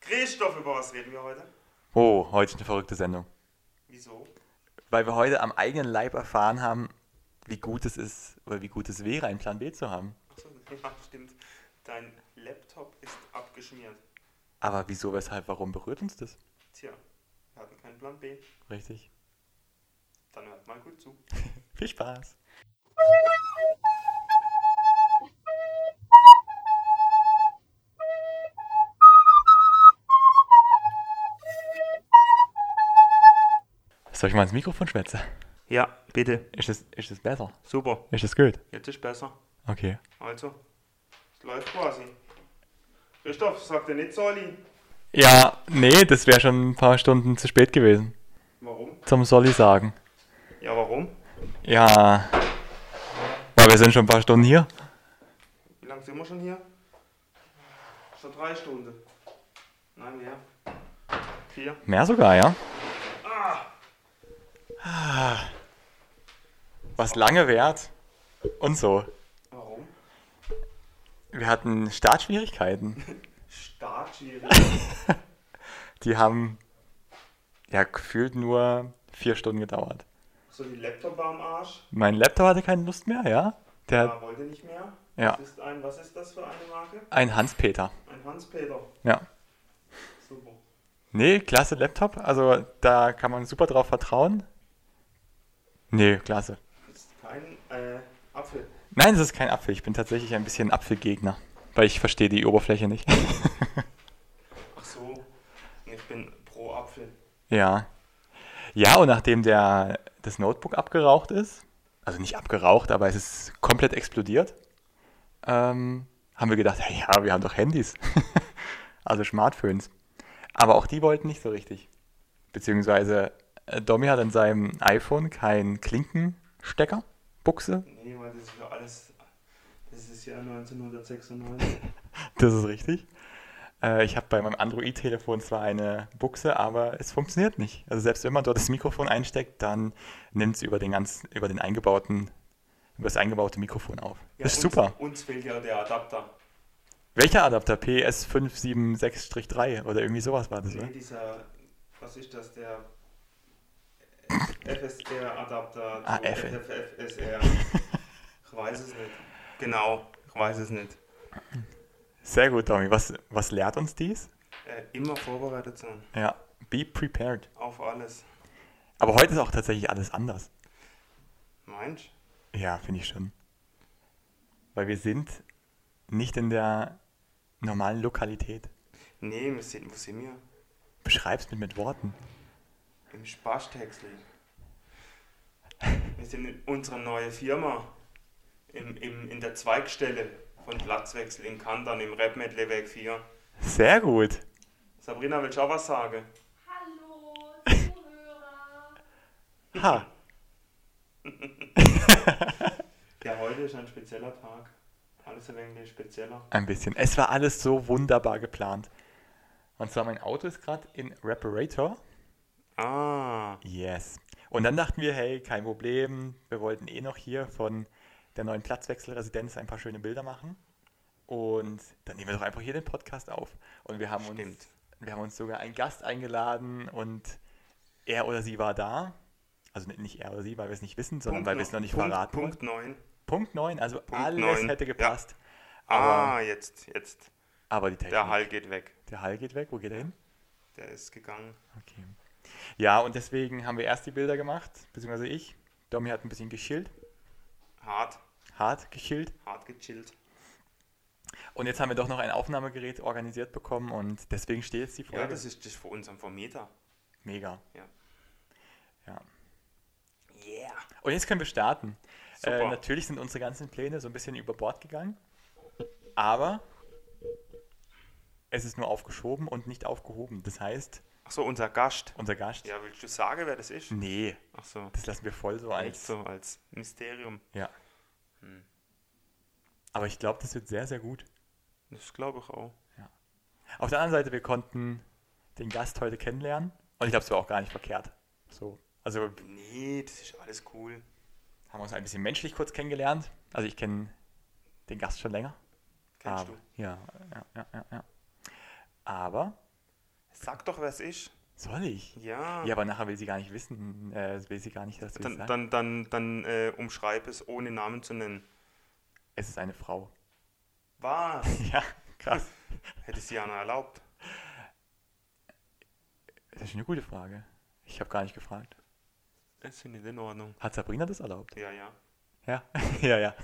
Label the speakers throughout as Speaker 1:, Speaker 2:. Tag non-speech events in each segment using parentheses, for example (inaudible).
Speaker 1: Christoph, über was reden wir heute?
Speaker 2: Oh, heute ist eine verrückte Sendung.
Speaker 1: Wieso?
Speaker 2: Weil wir heute am eigenen Leib erfahren haben, wie gut es ist oder wie gut es wäre, einen Plan B zu haben.
Speaker 1: Achso, (laughs) ja, stimmt. Dein Laptop ist abgeschmiert.
Speaker 2: Aber wieso, weshalb, warum berührt uns das?
Speaker 1: Tja, wir hatten keinen Plan B.
Speaker 2: Richtig.
Speaker 1: Dann hört mal gut zu.
Speaker 2: Viel Spaß. Soll ich mal ins Mikrofon schwätzen?
Speaker 1: Ja, bitte.
Speaker 2: Ist das, ist das besser?
Speaker 1: Super.
Speaker 2: Ist das gut?
Speaker 1: Jetzt ist besser.
Speaker 2: Okay.
Speaker 1: Also, es läuft quasi. Christoph, sag dir nicht Soli.
Speaker 2: Ja, nee, das wäre schon ein paar Stunden zu spät gewesen.
Speaker 1: Warum?
Speaker 2: Zum Solli sagen.
Speaker 1: Ja, warum?
Speaker 2: Ja. Weil wir sind schon ein paar Stunden hier.
Speaker 1: Wie lange sind wir schon hier? Schon drei Stunden. Nein, mehr. Vier.
Speaker 2: Mehr sogar, ja.
Speaker 1: Ah!
Speaker 2: Was lange währt. Und so.
Speaker 1: Warum?
Speaker 2: Wir hatten Startschwierigkeiten.
Speaker 1: Startschwierig.
Speaker 2: Die haben ja gefühlt nur vier Stunden gedauert.
Speaker 1: so, die Laptop war am Arsch.
Speaker 2: Mein Laptop hatte keine Lust mehr, ja. Der
Speaker 1: Ja.
Speaker 2: hat
Speaker 1: wollte Äh, nicht mehr.
Speaker 2: Ja.
Speaker 1: Das ist ein, was ist das für eine Marke?
Speaker 2: ein Hans-Peter.
Speaker 1: Ein Hans-Peter.
Speaker 2: Ja.
Speaker 1: Super.
Speaker 2: Nee, klasse Laptop. Also da kann man super drauf vertrauen. Nee, klasse.
Speaker 1: Das ist kein äh, Apfel.
Speaker 2: Nein, es ist kein Apfel. Ich bin tatsächlich ein bisschen Apfelgegner. Weil ich verstehe die Oberfläche nicht. (laughs)
Speaker 1: Ach so. Ich bin pro Apfel.
Speaker 2: Ja. Ja, und nachdem der, das Notebook abgeraucht ist, also nicht abgeraucht, aber es ist komplett explodiert, ähm, haben wir gedacht, ja, ja, wir haben doch Handys. (laughs) also Smartphones. Aber auch die wollten nicht so richtig. Beziehungsweise äh, Domi hat an seinem iPhone keinen Klinkenstecker, Buchse.
Speaker 1: Nee, weil das ist ja alles. Das ist ja
Speaker 2: (laughs)
Speaker 1: 1996.
Speaker 2: Das ist richtig. Äh, ich habe bei meinem Android-Telefon zwar eine Buchse, aber es funktioniert nicht. Also selbst wenn man dort das Mikrofon einsteckt, dann nimmt es über den ganzen, über den eingebauten, über das eingebaute Mikrofon auf.
Speaker 1: Ja,
Speaker 2: das ist
Speaker 1: uns,
Speaker 2: super.
Speaker 1: Uns fehlt ja der Adapter.
Speaker 2: Welcher Adapter? PS576-3 oder irgendwie sowas war das,
Speaker 1: Nee,
Speaker 2: oder?
Speaker 1: dieser. Was ist das? Der. FSR-Adapter.
Speaker 2: Ah,
Speaker 1: zu
Speaker 2: F-
Speaker 1: FFSR. Ich weiß es nicht. Genau, ich weiß es nicht.
Speaker 2: Sehr gut, Tommy. Was, was lehrt uns dies?
Speaker 1: Äh, immer vorbereitet sein.
Speaker 2: Ja, be prepared.
Speaker 1: Auf alles.
Speaker 2: Aber heute ist auch tatsächlich alles anders.
Speaker 1: Meinst
Speaker 2: Ja, finde ich schon. Weil wir sind nicht in der normalen Lokalität.
Speaker 1: Nee, wir sind, wo sind wir?
Speaker 2: Beschreib's mit, mit Worten.
Speaker 1: Im Sparstexel. Wir sind in unserer neuen Firma. Im, im, in der Zweigstelle von Platzwechsel in Kandern im Rap mit Lewerk 4.
Speaker 2: Sehr gut.
Speaker 1: Sabrina, willst du auch was sagen?
Speaker 3: Hallo, Zuhörer.
Speaker 2: Ha.
Speaker 1: Ja, heute ist ein spezieller Tag. Alles ein wenig spezieller.
Speaker 2: Ein bisschen. Es war alles so wunderbar geplant. Und zwar mein Auto ist gerade in Reparator.
Speaker 1: Ah.
Speaker 2: Yes. Und dann dachten wir, hey, kein Problem. Wir wollten eh noch hier von der neuen Platzwechselresidenz ein paar schöne Bilder machen. Und dann nehmen wir doch einfach hier den Podcast auf. Und wir haben, uns,
Speaker 1: Stimmt.
Speaker 2: wir haben uns sogar einen Gast eingeladen und er oder sie war da. Also nicht er oder sie, weil wir es nicht wissen, sondern weil wir es noch nicht
Speaker 1: Punkt,
Speaker 2: verraten.
Speaker 1: Punkt 9.
Speaker 2: wollten. Punkt 9, also
Speaker 1: Punkt
Speaker 2: alles
Speaker 1: neun,
Speaker 2: hätte
Speaker 1: ja.
Speaker 2: gepasst.
Speaker 1: Ah,
Speaker 2: Aber-
Speaker 1: jetzt, jetzt.
Speaker 2: Aber die Technik.
Speaker 1: Der Hall geht weg.
Speaker 2: Der Hall geht weg. Wo geht er hin?
Speaker 1: Der ist gegangen.
Speaker 2: Okay. Ja, und deswegen haben wir erst die Bilder gemacht, beziehungsweise ich. Domi hat ein bisschen geschillt,
Speaker 1: Hart,
Speaker 2: hart geschillt.
Speaker 1: hart gechillt.
Speaker 2: Und jetzt haben wir doch noch ein Aufnahmegerät organisiert bekommen und deswegen steht jetzt die Folge.
Speaker 1: Ja, das ist das für unseren Vermieter.
Speaker 2: mega.
Speaker 1: Ja.
Speaker 2: Ja.
Speaker 1: Yeah.
Speaker 2: Und jetzt können wir starten. Äh,
Speaker 1: Super.
Speaker 2: natürlich sind unsere ganzen Pläne so ein bisschen über Bord gegangen, aber es ist nur aufgeschoben und nicht aufgehoben. Das heißt,
Speaker 1: Achso, unser Gast.
Speaker 2: unser Gast.
Speaker 1: Ja, willst du sagen, wer das ist?
Speaker 2: Nee,
Speaker 1: Achso.
Speaker 2: das lassen wir voll so als.
Speaker 1: so als Mysterium.
Speaker 2: Ja. Hm. Aber ich glaube, das wird sehr, sehr gut.
Speaker 1: Das glaube ich auch.
Speaker 2: Auf der anderen Seite, wir konnten den Gast heute kennenlernen und ich glaube, es war auch gar nicht verkehrt. So, also haben
Speaker 1: Nee, das ist alles cool.
Speaker 2: wir uns ein bisschen menschlich kurz kennengelernt. Also ich kenne den Gast schon länger.
Speaker 1: Kennst
Speaker 2: aber, Ja, ja, ja, ja, ja. Aber
Speaker 1: Sag doch, wer es ist.
Speaker 2: Soll ich?
Speaker 1: Ja.
Speaker 2: Ja, aber nachher will sie gar nicht wissen, äh, will sie gar nicht, dass wir es
Speaker 1: dann
Speaker 2: sagen.
Speaker 1: dann, dann, dann äh, umschreib es, ohne Namen zu nennen.
Speaker 2: Es ist eine Frau. (laughs)
Speaker 1: Was?
Speaker 2: Ja, krass.
Speaker 1: Hätte es Jana erlaubt?
Speaker 2: Das ist eine gute Frage. Ich habe gar nicht gefragt.
Speaker 1: Es ist nicht in Ordnung.
Speaker 2: Hat Sabrina das erlaubt?
Speaker 1: Ja, ja.
Speaker 2: Ja, (laughs) ja, ja.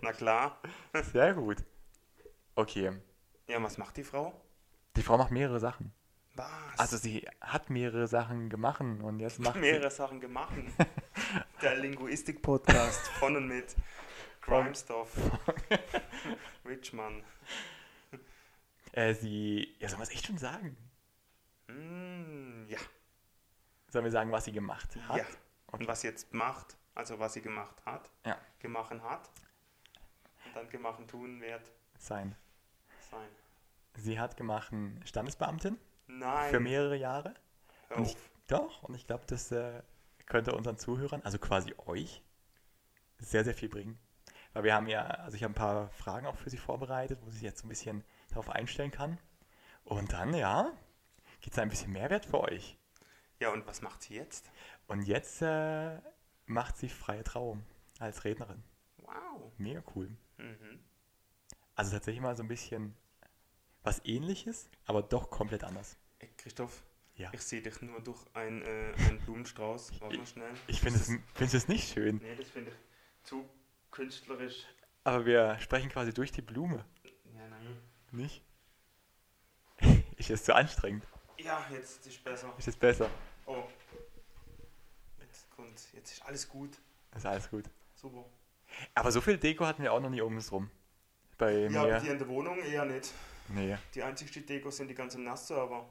Speaker 1: Na klar.
Speaker 2: Sehr gut. Okay.
Speaker 1: Ja, was macht die Frau?
Speaker 2: Die Frau macht mehrere Sachen.
Speaker 1: Was?
Speaker 2: Also sie hat mehrere Sachen gemacht und jetzt macht
Speaker 1: mehrere Sachen
Speaker 2: (laughs)
Speaker 1: gemacht. Der Linguistik-Podcast von und mit Crime
Speaker 2: (laughs)
Speaker 1: Stuff. Richman.
Speaker 2: sie... Äh, sie ja, sollen wir es echt schon sagen?
Speaker 1: Mm, ja.
Speaker 2: Sollen wir sagen, was sie gemacht hat?
Speaker 1: ja. Und was sie jetzt macht, also was sie gemacht hat,
Speaker 2: Ja,
Speaker 1: gemacht hat und dann gemacht tun wird
Speaker 2: sein.
Speaker 1: sein.
Speaker 2: Sie hat gemacht einen Standesbeamtin
Speaker 1: Nein.
Speaker 2: für mehrere Jahre.
Speaker 1: Hör
Speaker 2: Und ich,
Speaker 1: auf.
Speaker 2: doch, und ich glaube, das äh, könnte unseren Zuhörern, also quasi euch, sehr, sehr viel bringen. Weil wir haben ja, also ich habe ein paar Fragen auch für Sie vorbereitet, wo sie sich jetzt so ein bisschen darauf einstellen kann. Und dann, ja, gibt es ein bisschen Mehrwert für euch.
Speaker 1: Ja, und was macht sie jetzt?
Speaker 2: Und jetzt äh, macht sie freie Trauung als Rednerin.
Speaker 1: Wow.
Speaker 2: Mega cool.
Speaker 1: Mhm.
Speaker 2: Also tatsächlich mal so ein bisschen was ähnliches, aber doch komplett anders.
Speaker 1: Ey, Christoph,
Speaker 2: Ja.
Speaker 1: ich sehe dich nur durch einen, äh, einen Blumenstrauß. Warte mal schnell.
Speaker 2: Ich finde es find es nicht schön,
Speaker 1: Nee, das finde ich zu künstlerisch.
Speaker 2: aber wir sprechen quasi durch die Blume.
Speaker 1: Ja, nein.
Speaker 2: Nicht? (laughs) Ich ist zu anstrengend.
Speaker 1: Ja, jetzt ist besser.
Speaker 2: Ich ist besser.
Speaker 1: Oh. Jetzt kommt, jetzt ist alles gut.
Speaker 2: Ist alles gut.
Speaker 1: Super.
Speaker 2: Aber so viel Deko hatten wir auch noch nie oben rum. Bei
Speaker 1: Ja,
Speaker 2: mir.
Speaker 1: aber hier in der Wohnung eher nicht.
Speaker 2: nee.
Speaker 1: Die einzigste Deko sind die ganzen
Speaker 2: (laughs)
Speaker 1: Nassserver.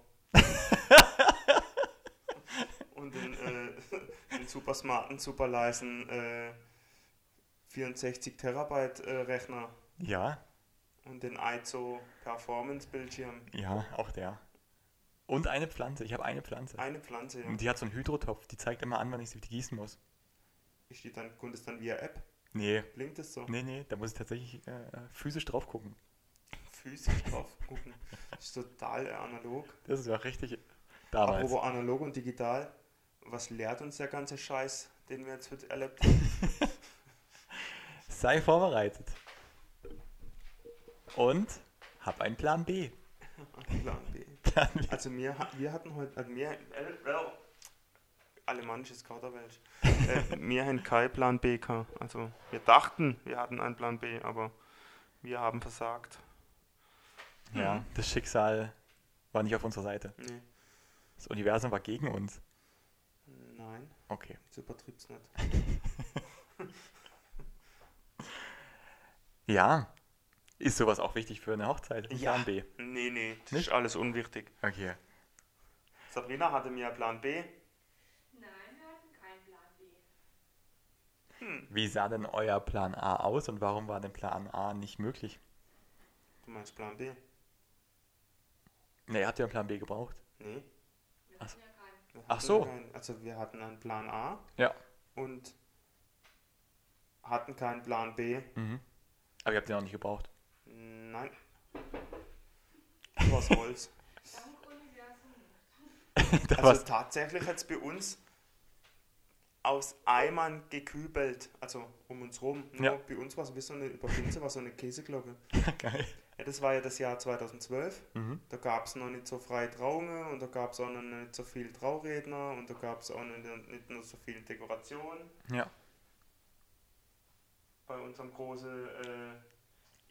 Speaker 1: Und den, äh, (laughs) den super smarten, super leisen äh, 64 Terabyte äh, Rechner
Speaker 2: Ja,
Speaker 1: und den Aizo Performance Bildschirm.
Speaker 2: ja, auch der. Und eine Pflanze. Ich habe eine Pflanze.
Speaker 1: Eine Pflanze. Ja.
Speaker 2: Und die hat so einen Hydrotopf. Die zeigt immer an, wann ich sie gießen muss.
Speaker 1: Ist die dann, kommt es dann via App?
Speaker 2: Nee.
Speaker 1: Blinkt es so?
Speaker 2: Nee, nee, da muss ich tatsächlich äh, physisch drauf gucken.
Speaker 1: Physisch drauf gucken. Ist total äh, analog.
Speaker 2: Das war richtig damals.
Speaker 1: Apropos analog und digital, was lehrt uns der ganze Scheiß, den wir jetzt heute erlebt
Speaker 2: (laughs)
Speaker 1: haben?
Speaker 2: Sei vorbereitet. Und hab einen Plan B. (laughs)
Speaker 1: Plan B.
Speaker 2: Plan B.
Speaker 1: Also wir, ha- wir hatten heute, also wir, alemannisches Kauderwelsch. äh,
Speaker 2: (laughs)
Speaker 1: wir haben keinen Plan B gehabt. Also wir dachten, wir hatten einen Plan B, aber wir haben versagt.
Speaker 2: Ja, das Schicksal war nicht auf unserer Seite.
Speaker 1: Nee.
Speaker 2: Das Universum war gegen uns.
Speaker 1: Nein,
Speaker 2: Okay.
Speaker 1: jetzt übertrieb's nicht.
Speaker 2: Ja. Ist sowas auch wichtig für eine Hochzeit? Ein Plan B.
Speaker 1: Nee, nee, das
Speaker 2: Nicht?
Speaker 1: ist alles unwichtig.
Speaker 2: Okay.
Speaker 1: Sabrina hatte mir einen Plan B.
Speaker 3: Nein, wir hatten keinen Plan B.
Speaker 2: Wie sah denn euer Plan A aus und warum war denn Plan A nicht möglich?
Speaker 1: Du meinst Plan B?
Speaker 2: Ne, ihr habt ja einen Plan B gebraucht.
Speaker 1: Nee.
Speaker 3: Wir
Speaker 2: Ach
Speaker 3: hatten ja keinen.
Speaker 1: wir
Speaker 2: Ach
Speaker 1: hatten
Speaker 2: so.
Speaker 1: keinen- Also wir hatten einen Plan A.
Speaker 2: Ja.
Speaker 1: und hatten keinen Plan B.
Speaker 2: Mhm. Aber ihr habt den auch nicht gebraucht. (laughs) Hm.
Speaker 1: Nein. Was Holz.
Speaker 3: Dank Universum.
Speaker 2: (laughs) da
Speaker 1: Also
Speaker 2: war's-
Speaker 1: tatsächlich hat es bei uns aus Eimern gekübelt, also um uns rum. Nur
Speaker 2: Ja.
Speaker 1: Bei uns war es wie so eine, über Winzer war so eine Käseglocke.
Speaker 2: (laughs) Geil.
Speaker 1: Ja, das war ja das Jahr 2012.
Speaker 2: Mhm.
Speaker 1: Da gab es noch nicht so freie Trauungen und da gab es auch noch nicht so viel Trauredner und da gab es auch noch nicht, nicht nur so viel Dekoration.
Speaker 2: Ja.
Speaker 1: bei unserem großen äh,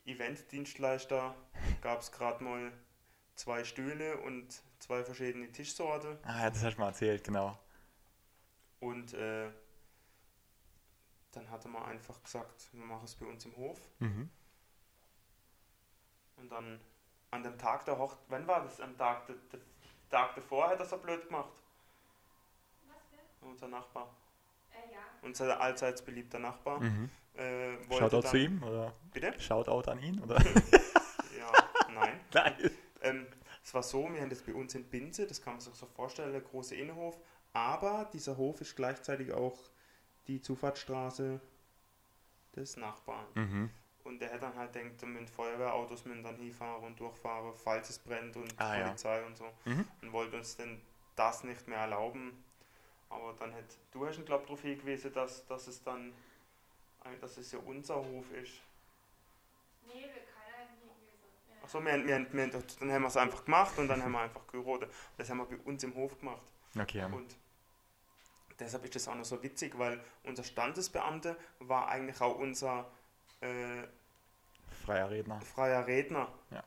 Speaker 1: Eventdienstleister gab es gerade mal zwei Stühle und zwei verschiedene Tischsorte.
Speaker 2: Ah, ja, das hast du mal erzählt, genau.
Speaker 1: Und äh, dann hatte man einfach gesagt, wir machen es bei uns im Hof.
Speaker 2: Mhm.
Speaker 1: Und dann an dem Tag der Hochzeit, wann war das? Am Tag, der, der Tag davor hat er so blöd gemacht.
Speaker 3: Was wird?
Speaker 1: Unser Nachbar,
Speaker 3: Äh, ja.
Speaker 1: unser allseits beliebter Nachbar.
Speaker 2: Mhm.
Speaker 1: Äh, wollte
Speaker 2: Shoutout
Speaker 1: dann,
Speaker 2: zu ihm oder
Speaker 1: Bitte?
Speaker 2: Shoutout an ihn oder?
Speaker 1: Ja, (laughs) nein.
Speaker 2: Nein.
Speaker 1: Ähm, es war so, wir haben das bei uns in Binze, das kann man sich so vorstellen, der große Innenhof. Aber dieser Hof ist gleichzeitig auch die Zufahrtsstraße des Nachbarn.
Speaker 2: Mhm.
Speaker 1: Und der hätte dann halt denkt, mit Feuerwehrautos mit dann hinfahren und durchfahren, falls es brennt und
Speaker 2: Ah, ja.
Speaker 1: Polizei und so.
Speaker 2: Mhm.
Speaker 1: Und wollte uns denn das nicht mehr erlauben. Aber dann hätte, du hast ihn glaube darauf hingewiesen, dass, dass es dann, äh, dass es ja unser Hof ist.
Speaker 3: Nee, wir können halt nicht gewesen. Ja.
Speaker 1: Achso, wir, haben- wir, haben- wir, haben doch- dann haben wir es einfach gemacht und dann haben wir einfach gerodet. Und das haben wir bei uns im Hof gemacht.
Speaker 2: Okay.
Speaker 1: Und deshalb ist das auch noch so witzig, weil unser Standesbeamter war eigentlich auch unser äh,
Speaker 2: Freier Redner.
Speaker 1: freier Redner.
Speaker 2: Ja.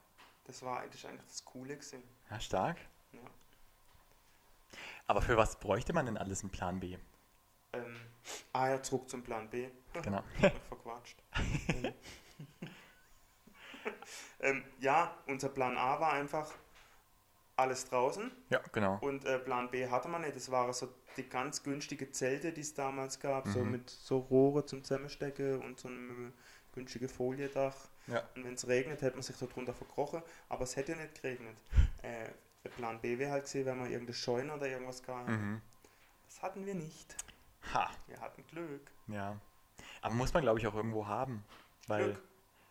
Speaker 1: Das war eigentlich eigentlich das Coole gewesen.
Speaker 2: Ja, stark.
Speaker 1: Ja.
Speaker 2: Aber für was bräuchte man denn alles einen Plan
Speaker 1: (laughs)
Speaker 2: B?
Speaker 1: Ähm, ah ja, zurück zum Plan B.
Speaker 2: Genau.
Speaker 1: Hab mich verquatscht. (laughs) Ähm, ähm, ja, unser Plan A war einfach alles draußen
Speaker 2: Ja, genau.
Speaker 1: und äh, Plan B hatte man nicht. Das waren so die ganz günstigen Zelte, die es damals gab, so
Speaker 2: Mhm.
Speaker 1: mit so Rohre zum Zusammenstecken und so einem äh, günstigen Foliedach.
Speaker 2: Ja.
Speaker 1: Und wenn es regnet, hätte man sich da drunter verkrochen, aber es hätte ja nicht geregnet. Äh, der Plan B wäre halt gesehen, wenn man irgendeine Scheune oder irgendwas gehabt hätte.
Speaker 2: Mhm.
Speaker 1: Das hatten wir nicht.
Speaker 2: Ha,
Speaker 1: Wir hatten Glück.
Speaker 2: ja. Aber muss man, glaube ich, auch irgendwo haben. Weil,
Speaker 1: Glück.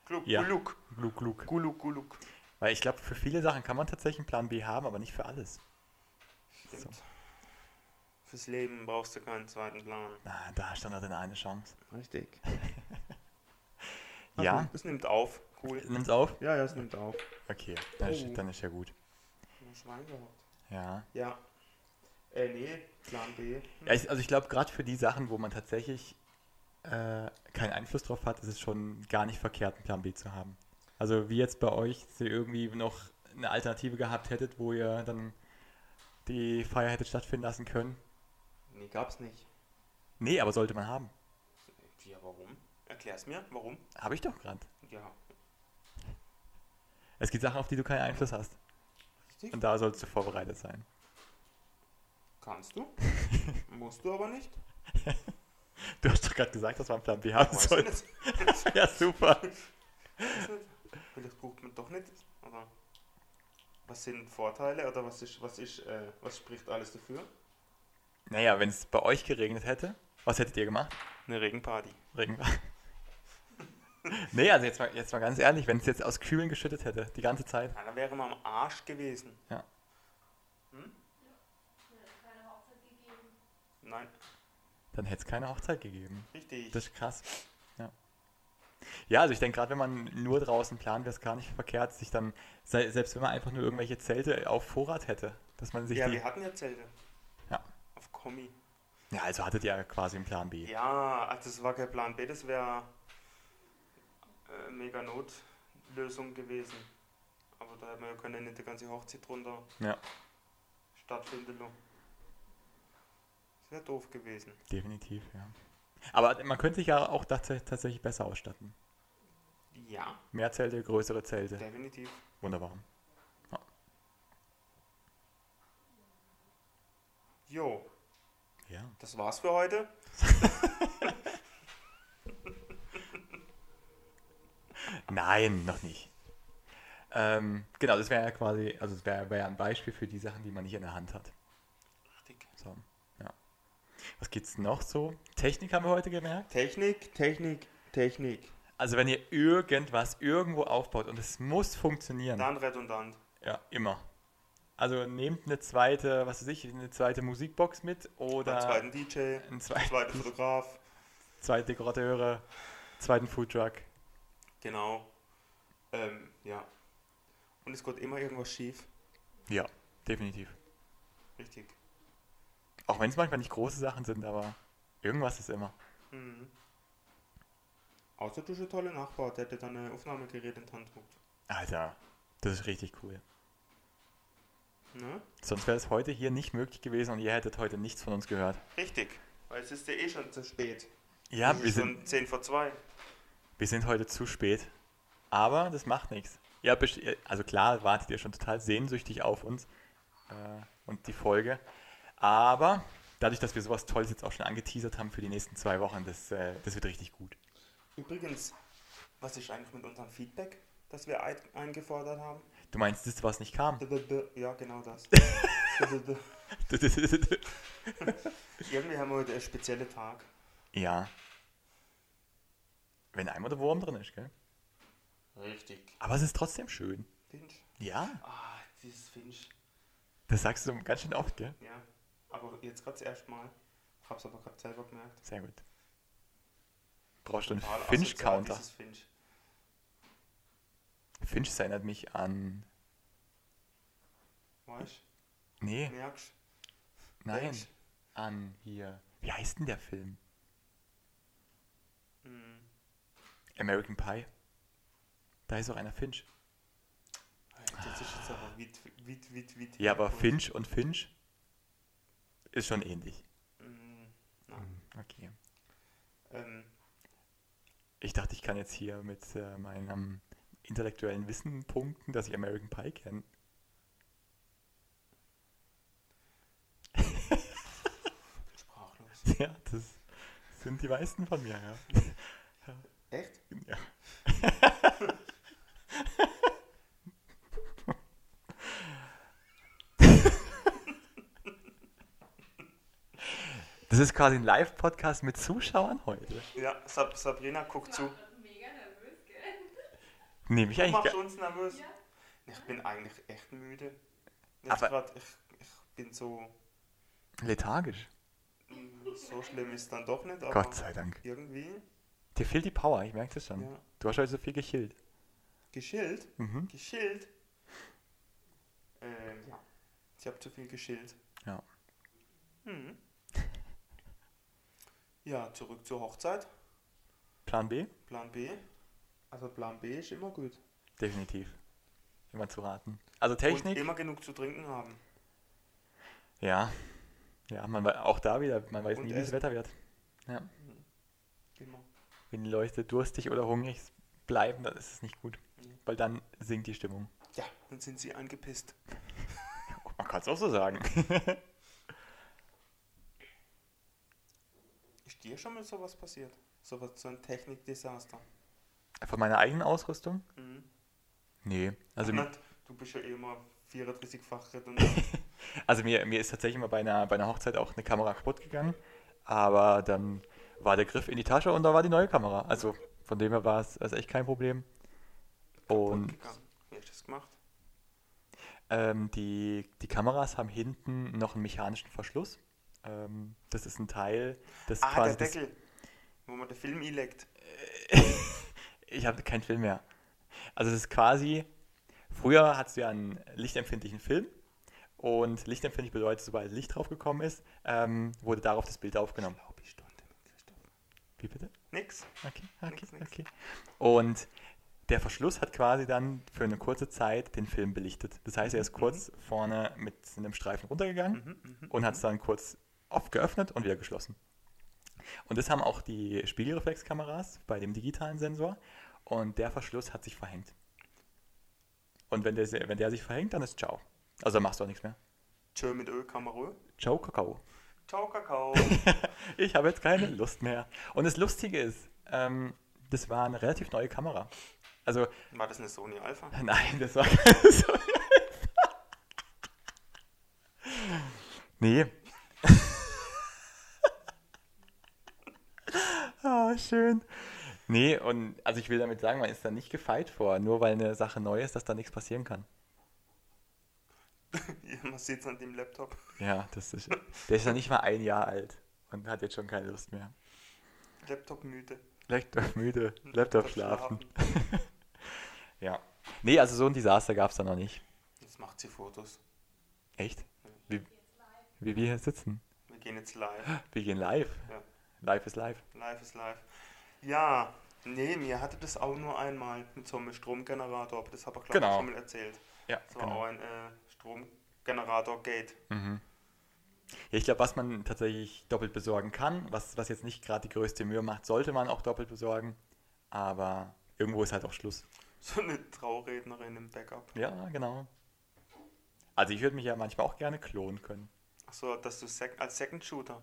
Speaker 1: Glück,
Speaker 2: Ja.
Speaker 1: Glück,
Speaker 2: Glück, Glück.
Speaker 1: Glück, Glück.
Speaker 2: Weil ich glaube, für viele Sachen kann man tatsächlich einen Plan B haben, aber nicht für alles.
Speaker 1: Stimmt. Fürs Leben brauchst du keinen zweiten Plan.
Speaker 2: Na, Ah, da stand dann eine Chance.
Speaker 1: Richtig.
Speaker 2: Ja.
Speaker 1: Also, Es nimmt auf. Cool.
Speaker 2: Nimm's auf?
Speaker 1: Ja, ja, es nimmt auf.
Speaker 2: Okay, dann,
Speaker 1: Oh.
Speaker 2: ist, dann ist ja gut.
Speaker 1: Schwein gehabt.
Speaker 2: Ja.
Speaker 1: Ja. Äh, nee, Plan B.
Speaker 2: ja ich, also ich glaube, gerade für die Sachen, wo man tatsächlich äh, keinen Einfluss drauf hat, ist es schon gar nicht verkehrt, einen Plan B zu haben. Also wie jetzt bei euch, dass ihr irgendwie noch eine Alternative gehabt hättet, wo ihr dann die Feier hättet stattfinden lassen können.
Speaker 1: Nee, gab's nicht.
Speaker 2: Nee, aber sollte man haben.
Speaker 1: Ja, warum? Erklär's mir, warum?
Speaker 2: Habe ich doch gerade.
Speaker 1: Ja,
Speaker 2: Es gibt Sachen, auf die du keinen Einfluss hast.
Speaker 1: richtig.
Speaker 2: Und da sollst du vorbereitet sein.
Speaker 1: Kannst (laughs) du. Musst du aber (laughs) nicht.
Speaker 2: Du hast doch gerade gesagt, dass man einen Plan B haben
Speaker 1: Weiß
Speaker 2: soll.
Speaker 1: nicht.
Speaker 2: Ja, super.
Speaker 1: Weiß nicht. Vielleicht braucht man doch nicht. Aber was sind Vorteile oder was ist, was ist, äh, was spricht alles dafür?
Speaker 2: Naja, wenn es bei euch geregnet hätte, was hättet ihr gemacht?
Speaker 1: Eine Regenparty.
Speaker 2: Regen. (laughs) nee, also jetzt mal, jetzt mal ganz ehrlich, wenn es jetzt aus Kübeln geschüttet hätte, die ganze Zeit.
Speaker 1: Ja, da wäre man am Arsch gewesen.
Speaker 2: Ja.
Speaker 1: Hm?
Speaker 3: Wir haben keine Hochzeit gegeben.
Speaker 1: Nein,
Speaker 2: Dann hätte es keine Hochzeit gegeben.
Speaker 1: richtig.
Speaker 2: Das ist krass. Ja, ja also ich denke, gerade wenn man nur draußen plant, wäre es gar nicht verkehrt, sich dann, se- selbst wenn man einfach nur irgendwelche Zelte auf Vorrat hätte, dass man sich
Speaker 1: ja,
Speaker 2: die.
Speaker 1: wir hatten ja Zelte.
Speaker 2: Ja.
Speaker 1: Auf Kommi.
Speaker 2: Ja, also hattet ihr quasi einen Plan B.
Speaker 1: Ja, also das war kein Plan B, das wäre äh, mega Notlösung gewesen. Aber da hätten wir ja können nicht die ganze Hochzeit drunter
Speaker 2: Ja.
Speaker 1: stattfinden lassen. Das wäre doof gewesen.
Speaker 2: Definitiv, ja. Aber man könnte sich ja auch tats- tatsächlich besser ausstatten.
Speaker 1: Ja,
Speaker 2: Mehr Zelte, größere Zelte.
Speaker 1: definitiv.
Speaker 2: Wunderbar.
Speaker 1: Jo,
Speaker 2: Ja.
Speaker 1: das war's für heute.
Speaker 2: Nein, noch nicht. Ähm, genau, das wäre ja quasi, also es wäre wär ja ein Beispiel für die Sachen, die man nicht in der Hand hat.
Speaker 1: Richtig.
Speaker 2: So, ja. Was gibt's noch so? Technik haben wir heute gemerkt.
Speaker 1: Technik, Technik, Technik.
Speaker 2: Also wenn ihr irgendwas irgendwo aufbaut und es muss funktionieren,
Speaker 1: Dann redundant.
Speaker 2: ja, immer. Also nehmt eine zweite, was weiß ich, eine zweite Musikbox mit
Speaker 1: Oder
Speaker 2: oder
Speaker 1: einen zweiten DJ,
Speaker 2: einen zweiten,
Speaker 1: zweiten
Speaker 2: (laughs)
Speaker 1: Fotograf.
Speaker 2: zwei Dekorateure, zweiten Foodtruck.
Speaker 1: Genau. Ähm, ja. Und es geht immer irgendwas schief.
Speaker 2: Ja, definitiv.
Speaker 1: Richtig.
Speaker 2: Auch wenn es manchmal nicht große Sachen sind, aber irgendwas ist immer.
Speaker 1: Mhm. Außer du bist ein toller Nachbar, der dir dann ein Aufnahmegerät in die Hand druckt.
Speaker 2: Alter, das ist richtig cool.
Speaker 1: Ne?
Speaker 2: Sonst wäre es heute hier nicht möglich gewesen und ihr hättet heute nichts von uns gehört.
Speaker 1: Richtig. Weil es ist ja eh schon zu spät.
Speaker 2: Ja,
Speaker 1: es
Speaker 2: wir
Speaker 1: ist
Speaker 2: sind,
Speaker 1: schon 10 vor 2.
Speaker 2: wir sind heute zu spät. Aber das macht nichts. Ja, best- ihr- also klar wartet ihr schon total sehnsüchtig auf uns äh, und die Folge. Aber dadurch, dass wir sowas Tolles jetzt auch schon angeteasert haben für die nächsten zwei Wochen, das, äh, das wird richtig gut.
Speaker 1: Übrigens, was ist eigentlich mit unserem Feedback, das wir ein eingefordert haben?
Speaker 2: Du meinst, das, was
Speaker 1: (laughs)
Speaker 2: nicht kam?
Speaker 1: Ja, genau
Speaker 2: (laughs)
Speaker 1: das. Irgendwie haben wir heute einen speziellen Tag.
Speaker 2: ja. Wenn einmal der Wurm drin ist, gell?
Speaker 1: Richtig.
Speaker 2: Aber es ist trotzdem schön.
Speaker 1: Finch.
Speaker 2: Ja.
Speaker 1: Ah, dieses Finch.
Speaker 2: Das sagst du ganz schön oft, gell?
Speaker 1: Ja. Aber jetzt gerade erstmal. Hab's aber gerade selber gemerkt.
Speaker 2: Sehr gut. Brauchst du einen
Speaker 1: Total asozial,
Speaker 2: Finch-Counter?
Speaker 1: dieses Finch.
Speaker 2: Finch das erinnert mich an.
Speaker 1: Weißt
Speaker 2: Nee,
Speaker 1: du? Merkst
Speaker 2: nein.
Speaker 1: Finch.
Speaker 2: An hier. Wie heißt denn der Film?
Speaker 1: du? Hm.
Speaker 2: American Pie. Da ist auch einer Finch.
Speaker 1: Das ist jetzt aber wit, wit, wit, wit.
Speaker 2: Ja, aber
Speaker 1: hergeholt.
Speaker 2: Finch und Finch ist schon ähnlich.
Speaker 1: Hm, nein.
Speaker 2: Hm, Okay. Hm.
Speaker 1: Ähm,
Speaker 2: Ich dachte, ich kann jetzt hier mit äh, meinem intellektuellen Wissen punkten, dass ich American Pie kenne. (laughs)
Speaker 1: sprachlos.
Speaker 2: Ja, das sind die meisten von mir, ja.
Speaker 1: Echt?
Speaker 2: ja. Das ist quasi ein Live-Podcast mit Zuschauern heute.
Speaker 1: Ja, Sab Sabrina guckt zu.
Speaker 3: gerade mega nervös, gell?
Speaker 2: Nehme ich
Speaker 1: Du
Speaker 2: eigentlich.
Speaker 1: machst
Speaker 2: gar-
Speaker 1: uns nervös.
Speaker 3: Ja.
Speaker 1: Ich bin eigentlich echt müde. Jetzt
Speaker 2: Aber-
Speaker 1: grad, ich, ich bin so.
Speaker 2: Lethargisch.
Speaker 1: hm, So schlimm ist dann doch nicht, aber
Speaker 2: Gott sei Dank.
Speaker 1: irgendwie.
Speaker 2: Dir fehlt die Power, ich merke das schon.
Speaker 1: Ja.
Speaker 2: Du hast heute so viel gechillt.
Speaker 1: Geschillt?
Speaker 2: Mhm.
Speaker 1: Geschillt? Ähm, ja. Ich habe zu viel geschillt.
Speaker 2: Ja.
Speaker 1: Hm. Ja, zurück zur Hochzeit.
Speaker 2: Plan B?
Speaker 1: Plan B. Also Plan B ist immer gut.
Speaker 2: Definitiv. Immer zu raten. Also
Speaker 1: Und
Speaker 2: Technik?
Speaker 1: immer genug zu trinken haben.
Speaker 2: ja. Ja, man wei- auch da wieder, man weiß
Speaker 1: Und
Speaker 2: nie, wie das
Speaker 1: Essen.
Speaker 2: Wetter wird. Ja.
Speaker 1: Genau.
Speaker 2: Wenn die Leute durstig oder hungrig bleiben, dann ist es nicht gut.
Speaker 1: Mhm.
Speaker 2: Weil dann sinkt die Stimmung.
Speaker 1: Ja, dann sind sie angepisst.
Speaker 2: Man kann es auch so
Speaker 1: (laughs)
Speaker 2: sagen.
Speaker 1: Ist dir schon mal sowas passiert? Sowas, so ein Technikdesaster.
Speaker 2: Von meiner eigenen Ausrüstung?
Speaker 1: Mhm.
Speaker 2: Nee.
Speaker 1: (laughs)
Speaker 2: Also,
Speaker 1: Na, du bist ja eh immer 34-fach redundant.
Speaker 2: also mir, mir ist tatsächlich mal bei einer, bei einer Hochzeit auch eine Kamera kaputt gegangen. Aber dann war der Griff in die Tasche und da war die neue Kamera. Also von dem her war es also echt kein Problem. Und
Speaker 1: gegangen. Wie hast du das gemacht?
Speaker 2: Ähm, die, die Kameras haben hinten noch einen mechanischen Verschluss. Ähm, das ist ein Teil, das
Speaker 1: Ah,
Speaker 2: quasi.
Speaker 1: der Deckel, wo man den Film einlegt.
Speaker 2: Das, (laughs) ich habe keinen Film mehr. Also es ist quasi. Früher hattest du ja einen lichtempfindlichen Film. Und lichtempfindlich bedeutet, sobald Licht draufgekommen ist, ähm, wurde darauf das Bild aufgenommen.
Speaker 1: Glaube ich, Stunde mit Christoph.
Speaker 2: Wie bitte?
Speaker 1: Nix.
Speaker 2: Okay, okay,
Speaker 1: Nix, nix.
Speaker 2: okay. Und der Verschluss hat quasi dann für eine kurze Zeit den Film belichtet. Das heißt, er ist kurz vorne mit einem Streifen runtergegangen und hat es dann kurz oft geöffnet und wieder geschlossen. Und das haben auch die Spiegelreflexkameras bei dem digitalen Sensor. Und der Verschluss hat sich verhängt. Und wenn der, se- wenn der sich verhängt, dann ist ciao. Also dann machst du auch nichts mehr.
Speaker 1: Tschö mit Öl, Kamerö.
Speaker 2: Ciao, Kakao.
Speaker 1: Ciao,
Speaker 2: (laughs)
Speaker 1: Kakao.
Speaker 2: Ich habe jetzt keine Lust mehr. Und das Lustige ist, ähm, das war eine relativ neue Kamera. Also
Speaker 1: War das eine Sony
Speaker 2: (laughs)
Speaker 1: Alpha?
Speaker 2: Nein, das war keine (laughs) Sorge. Nee. (laughs) Ah, schön. Nee, und also ich will damit sagen, man ist da nicht gefeit vor, nur weil eine Sache neu ist, dass da nichts passieren kann.
Speaker 1: Ja, man sieht es an dem Laptop.
Speaker 2: Ja, das ist. Der ist ja nicht mal ein Jahr alt und hat jetzt schon keine Lust mehr.
Speaker 1: Laptop müde.
Speaker 2: Laptop müde, Laptop schlafen.
Speaker 1: schlafen.
Speaker 2: Ja. Nee, also so ein Desaster gab es da noch nicht.
Speaker 1: Jetzt macht sie Fotos.
Speaker 2: Echt? Wie, wie wir hier sitzen.
Speaker 1: Wir gehen jetzt
Speaker 2: (gasps)
Speaker 1: live.
Speaker 2: Wir gehen live.
Speaker 1: Ja.
Speaker 2: Live ist live.
Speaker 1: Live ist live. Ja, nee, mir hatte das auch nur einmal mit so einem Stromgenerator, aber das habe ich glaube
Speaker 2: Genau.
Speaker 1: ich schon mal erzählt.
Speaker 2: Ja,
Speaker 1: Das war auch ein äh, Stromgenerator-Gate.
Speaker 2: Mhm. Ja, ich glaube, was man tatsächlich doppelt besorgen kann, was, was jetzt nicht gerade die größte Mühe macht, sollte man auch doppelt besorgen. Aber irgendwo ist halt auch Schluss.
Speaker 1: So eine Traurednerin im Backup.
Speaker 2: Ja, genau. Also ich würde mich ja manchmal auch gerne klonen können.
Speaker 1: Achso, dass du sec als Second Shooter.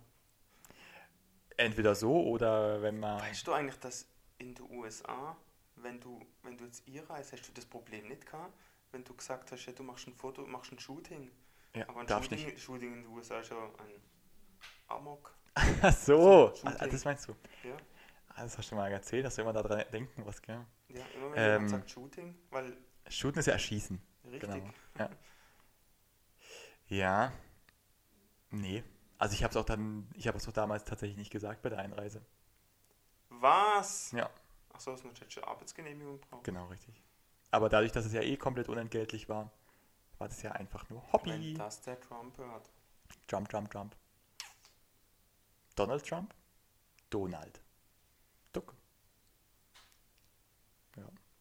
Speaker 2: Entweder so oder wenn man...
Speaker 1: Weißt du eigentlich, dass in den USA, wenn du, wenn du jetzt einreist, hast du das Problem nicht gehabt, wenn du gesagt hast, ja, du machst ein Foto, machst ein Shooting.
Speaker 2: Ja,
Speaker 1: Aber ein
Speaker 2: darfst
Speaker 1: Shooting, Shooting in den USA ist ja ein Amok.
Speaker 2: (laughs) Ach
Speaker 1: So,
Speaker 2: so, ah, ah,
Speaker 1: Shooting.
Speaker 2: das meinst du.
Speaker 1: Ja?
Speaker 2: Ah, das hast du mal erzählt, dass du immer daran denken musst, gell?
Speaker 1: Ja, immer wenn jemand
Speaker 2: Ähm.
Speaker 1: sagt Shooting, weil
Speaker 2: Shooten ist ja Erschießen.
Speaker 1: richtig.
Speaker 2: Genau, Ja. ja. Nee. Also ich habe es auch dann, ich habe es auch damals tatsächlich nicht gesagt bei der Einreise.
Speaker 1: Was?
Speaker 2: Ja,
Speaker 1: Achso, dass man deutsche Arbeitsgenehmigung braucht.
Speaker 2: genau richtig. Aber dadurch, dass es ja eh komplett unentgeltlich war, war das ja einfach nur
Speaker 1: Wenn
Speaker 2: Hobby.
Speaker 1: das der Trump hört.
Speaker 2: Trump, Trump, Trump. Donald Trump? Donald. Duck.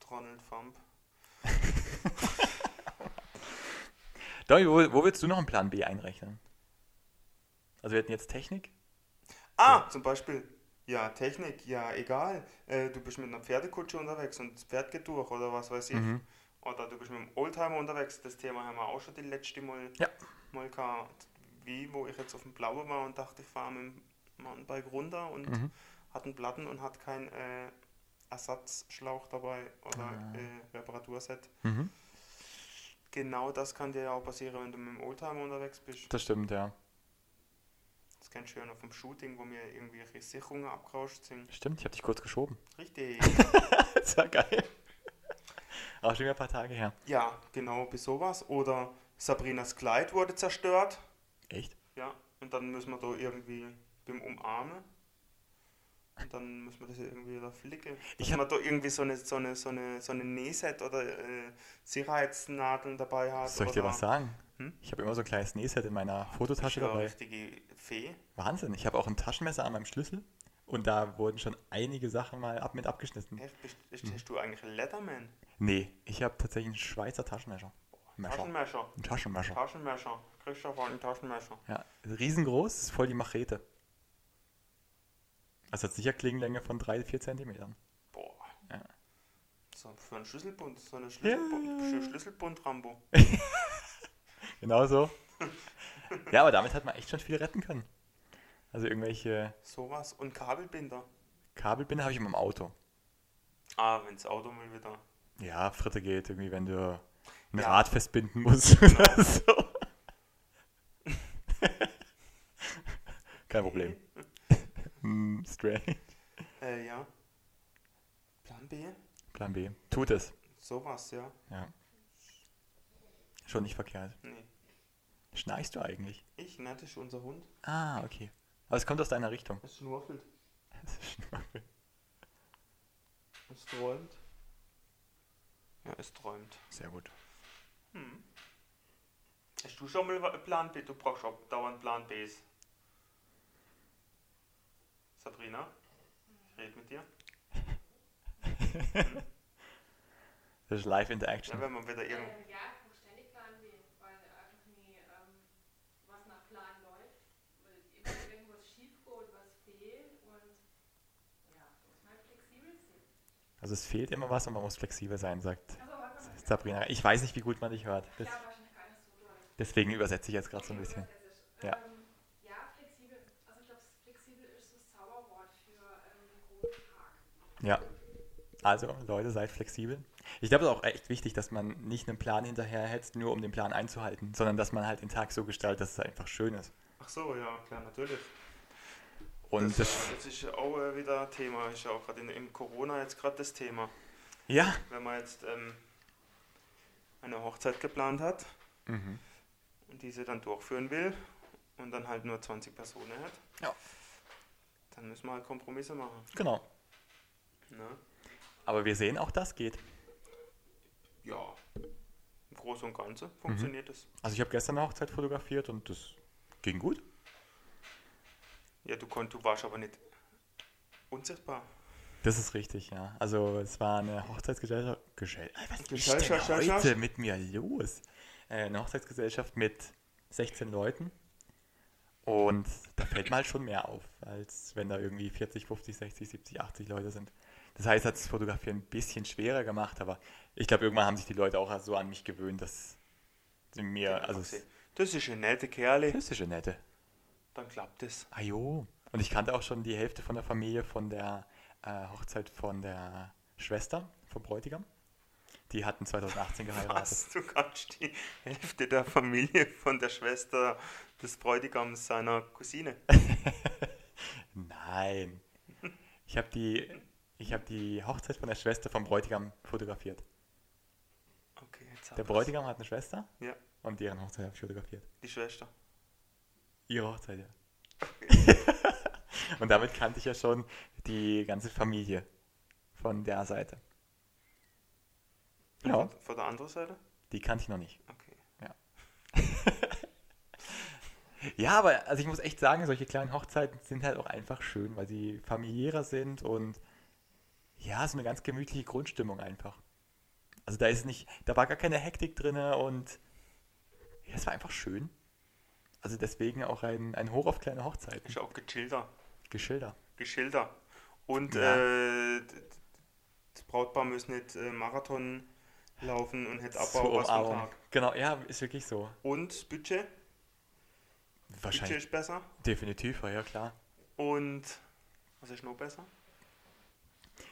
Speaker 1: Donald Trump.
Speaker 2: Donny, wo, wo willst du noch einen Plan B einrechnen? Also wir hätten jetzt Technik.
Speaker 1: Ah, zum Beispiel, ja, Technik, ja, egal. Äh, du bist mit einer Pferdekutsche unterwegs und das Pferd geht durch oder was weiß ich.
Speaker 2: Mhm.
Speaker 1: Oder du bist mit dem Oldtimer unterwegs. Das Thema haben wir auch schon die letzte Mal,
Speaker 2: Ja.
Speaker 1: mal gehabt. Wie, wo ich jetzt auf dem Blauen war und dachte, ich fahre mit dem Mountainbike runter und
Speaker 2: Mhm.
Speaker 1: hat einen Platten und hat keinen äh, Ersatzschlauch dabei oder
Speaker 2: Ah.
Speaker 1: äh, Reparaturset.
Speaker 2: Mhm.
Speaker 1: Genau das kann dir ja auch passieren, wenn du mit dem Oldtimer unterwegs bist.
Speaker 2: Das stimmt, ja.
Speaker 1: Das kennst du ja noch vom Shooting, wo mir irgendwelche Sicherungen abgerauscht sind.
Speaker 2: Stimmt, ich habe dich kurz geschoben. (laughs)
Speaker 1: Richtig.
Speaker 2: Das war geil. Auch schon wieder ein paar Tage her.
Speaker 1: Ja, genau, bis sowas. Oder Sabrinas Kleid wurde zerstört.
Speaker 2: Echt?
Speaker 1: Ja, und dann müssen wir da irgendwie beim Umarmen. Und dann müssen wir das irgendwie da flicken.
Speaker 2: Ich
Speaker 1: Ich habe da irgendwie so eine, so eine, so eine, so eine Nähset oder äh, Sicherheitsnadeln dabei hat.
Speaker 2: Soll ich dir
Speaker 1: oder
Speaker 2: was sagen?
Speaker 1: Hm?
Speaker 2: Ich habe immer so ein kleines Nähset in meiner Fototasche
Speaker 1: ja eine
Speaker 2: dabei.
Speaker 1: richtige Fee.
Speaker 2: Wahnsinn, ich habe auch ein Taschenmesser an meinem Schlüssel und da wurden schon einige Sachen mal ab mit abgeschnitten.
Speaker 1: Echt, bist, ist,
Speaker 2: Hm.
Speaker 1: hast du eigentlich einen Letterman?
Speaker 2: Nee, ich habe tatsächlich einen Schweizer Taschenmesser. Messer.
Speaker 1: Taschenmesser.
Speaker 2: Ein Taschenmesser.
Speaker 1: Taschenmesser. Christoph hat einen Taschenmesser.
Speaker 2: Ja, riesengroß, ist voll die Machete. Also hat sicher Klingenlänge von 3, 4 Zentimetern.
Speaker 1: Boah.
Speaker 2: Ja.
Speaker 1: So für einen Schlüsselbund, so eine Schlüsselbund,
Speaker 2: Ja.
Speaker 1: Sch- Schlüsselbund-Rambo. (laughs)
Speaker 2: Genau so. ja, aber damit hat man echt schon viel retten können. Also irgendwelche
Speaker 1: Sowas. Und Kabelbinder.
Speaker 2: Kabelbinder habe ich immer im Auto.
Speaker 1: Ah, wenn's Auto mal wieder.
Speaker 2: Ja, Fritte geht irgendwie, wenn du ein
Speaker 1: Ja.
Speaker 2: Rad festbinden musst (laughs) oder so. Kein Problem. Hm, Strange.
Speaker 1: Äh, ja. Plan B?
Speaker 2: Plan B. Tut es.
Speaker 1: Sowas, ja.
Speaker 2: Ja. Schon nicht verkehrt.
Speaker 1: Nee.
Speaker 2: Schnarchst du eigentlich?
Speaker 1: Ich, ne, das ist unser Hund.
Speaker 2: Ah, okay. Aber es kommt aus deiner (laughs) Richtung.
Speaker 1: Es schnurfelt.
Speaker 2: Schnurfel.
Speaker 1: Es träumt. Ja, es träumt.
Speaker 2: Sehr gut.
Speaker 1: Hm. Hast du schon mal wa- Plan B? Du brauchst auch dauernd Plan Bs. Sabrina, ich rede mit dir.
Speaker 2: Das ist Live
Speaker 1: Ja,
Speaker 2: Interaction.
Speaker 1: wenn man wieder irgend.
Speaker 3: Ähm, ja, ich brauche ständig Plan B, weil irgendwie ähm, was nach Plan läuft, weil immer irgendwas schief geht, was fehlt und ja, muss man halt flexibel sein.
Speaker 2: Also es fehlt immer was und man muss flexibel sein, sagt
Speaker 3: Also, warte mal, ich
Speaker 2: Sabrina. Ich weiß nicht, wie gut man dich hört. Des-
Speaker 3: glaube wahrscheinlich gar nicht so doll.
Speaker 2: deswegen übersetze ich jetzt gerade so ein bisschen. Ja.
Speaker 3: Ja. Ähm, ja, flexibel. Also ich glaube, flexibel ist so das Zauberwort für ähm, einen großen Tag.
Speaker 2: Ja. Also, Leute, seid flexibel. Ich glaube, es ist auch echt wichtig, dass man nicht einen Plan hinterherhetzt, nur um den Plan einzuhalten, sondern dass man halt den Tag so gestaltet, dass es einfach schön ist.
Speaker 1: Ach so, ja, klar, natürlich.
Speaker 2: Und
Speaker 1: das,
Speaker 2: das,
Speaker 1: ist- das ist ja auch äh, wieder Thema. Ist ja auch gerade in- im Corona jetzt gerade das Thema.
Speaker 2: ja.
Speaker 1: Wenn man jetzt ähm, eine Hochzeit geplant hat
Speaker 2: Mhm.
Speaker 1: und diese dann durchführen will und dann halt nur 20 Personen hat,
Speaker 2: Ja.
Speaker 1: dann müssen wir halt Kompromisse machen.
Speaker 2: Genau.
Speaker 1: Ne?
Speaker 2: Aber wir sehen, auch das geht.
Speaker 1: Ja. Im Großen und Ganzen funktioniert es.
Speaker 2: Also ich habe gestern eine Hochzeit fotografiert und das ging gut.
Speaker 1: Ja, du konntest, du warst aber nicht unsichtbar.
Speaker 2: Das ist richtig, ja. Also es war eine Hochzeitsgesellschaft. Gesell Ey, was ist
Speaker 1: Gesellschaft,
Speaker 2: denn
Speaker 1: Gesellschaft?
Speaker 2: heute mit mir los? Äh, Eine Hochzeitsgesellschaft mit 16 Leuten. Und da fällt mal halt schon mehr auf, als wenn da irgendwie 40, 50, 60, 70, 80 Leute sind. Das heißt, hat das Fotografieren ein bisschen schwerer gemacht, aber ich glaube, irgendwann haben sich die Leute auch so an mich gewöhnt, dass sie mir, also es-
Speaker 1: das ist ein netter Kerle.
Speaker 2: das ist eine nette.
Speaker 1: Dann klappt es.
Speaker 2: Ah jo. Und ich kannte auch schon die Hälfte von der Familie von der äh, Hochzeit von der Schwester vom Bräutigam. Die hatten 2018 geheiratet.
Speaker 1: Was? Du kannst die Hälfte der Familie von der Schwester des Bräutigams seiner Cousine.
Speaker 2: Nein. Ich habe die, ich hab die Hochzeit von der Schwester vom Bräutigam fotografiert.
Speaker 1: Okay, jetzt
Speaker 2: Der
Speaker 1: haben wir's.
Speaker 2: Bräutigam hat eine Schwester
Speaker 1: Ja,
Speaker 2: und deren Hochzeit habe ich fotografiert.
Speaker 1: die Schwester.
Speaker 2: Ihre Hochzeit, ja. (laughs) und damit kannte ich ja schon die ganze Familie von der Seite. Ja,
Speaker 1: Von- Von der anderen Seite?
Speaker 2: die kannte ich noch nicht.
Speaker 1: Okay.
Speaker 2: Ja, aber also ich muss echt sagen, solche kleinen Hochzeiten sind halt auch einfach schön, weil sie familiärer sind und ja, so eine ganz gemütliche Grundstimmung einfach. Also da ist nicht, da war gar keine Hektik drinne und ja, es war einfach schön. Also deswegen auch ein, ein Hoch auf kleine Hochzeiten.
Speaker 1: Ist ja auch gechillter.
Speaker 2: Geschilder.
Speaker 1: Geschilter. Und
Speaker 2: Ja.
Speaker 1: äh, d- d- das Brautpaar muss nicht äh, Marathon laufen und nicht abbauen
Speaker 2: Zur
Speaker 1: was am
Speaker 2: Umarmung.
Speaker 1: Tag.
Speaker 2: Genau, ja, ist wirklich so.
Speaker 1: Und das Budget. Budget
Speaker 2: Wahrscheinlich.
Speaker 1: ist besser.
Speaker 2: Definitiv, ja klar.
Speaker 1: Und was ist noch besser?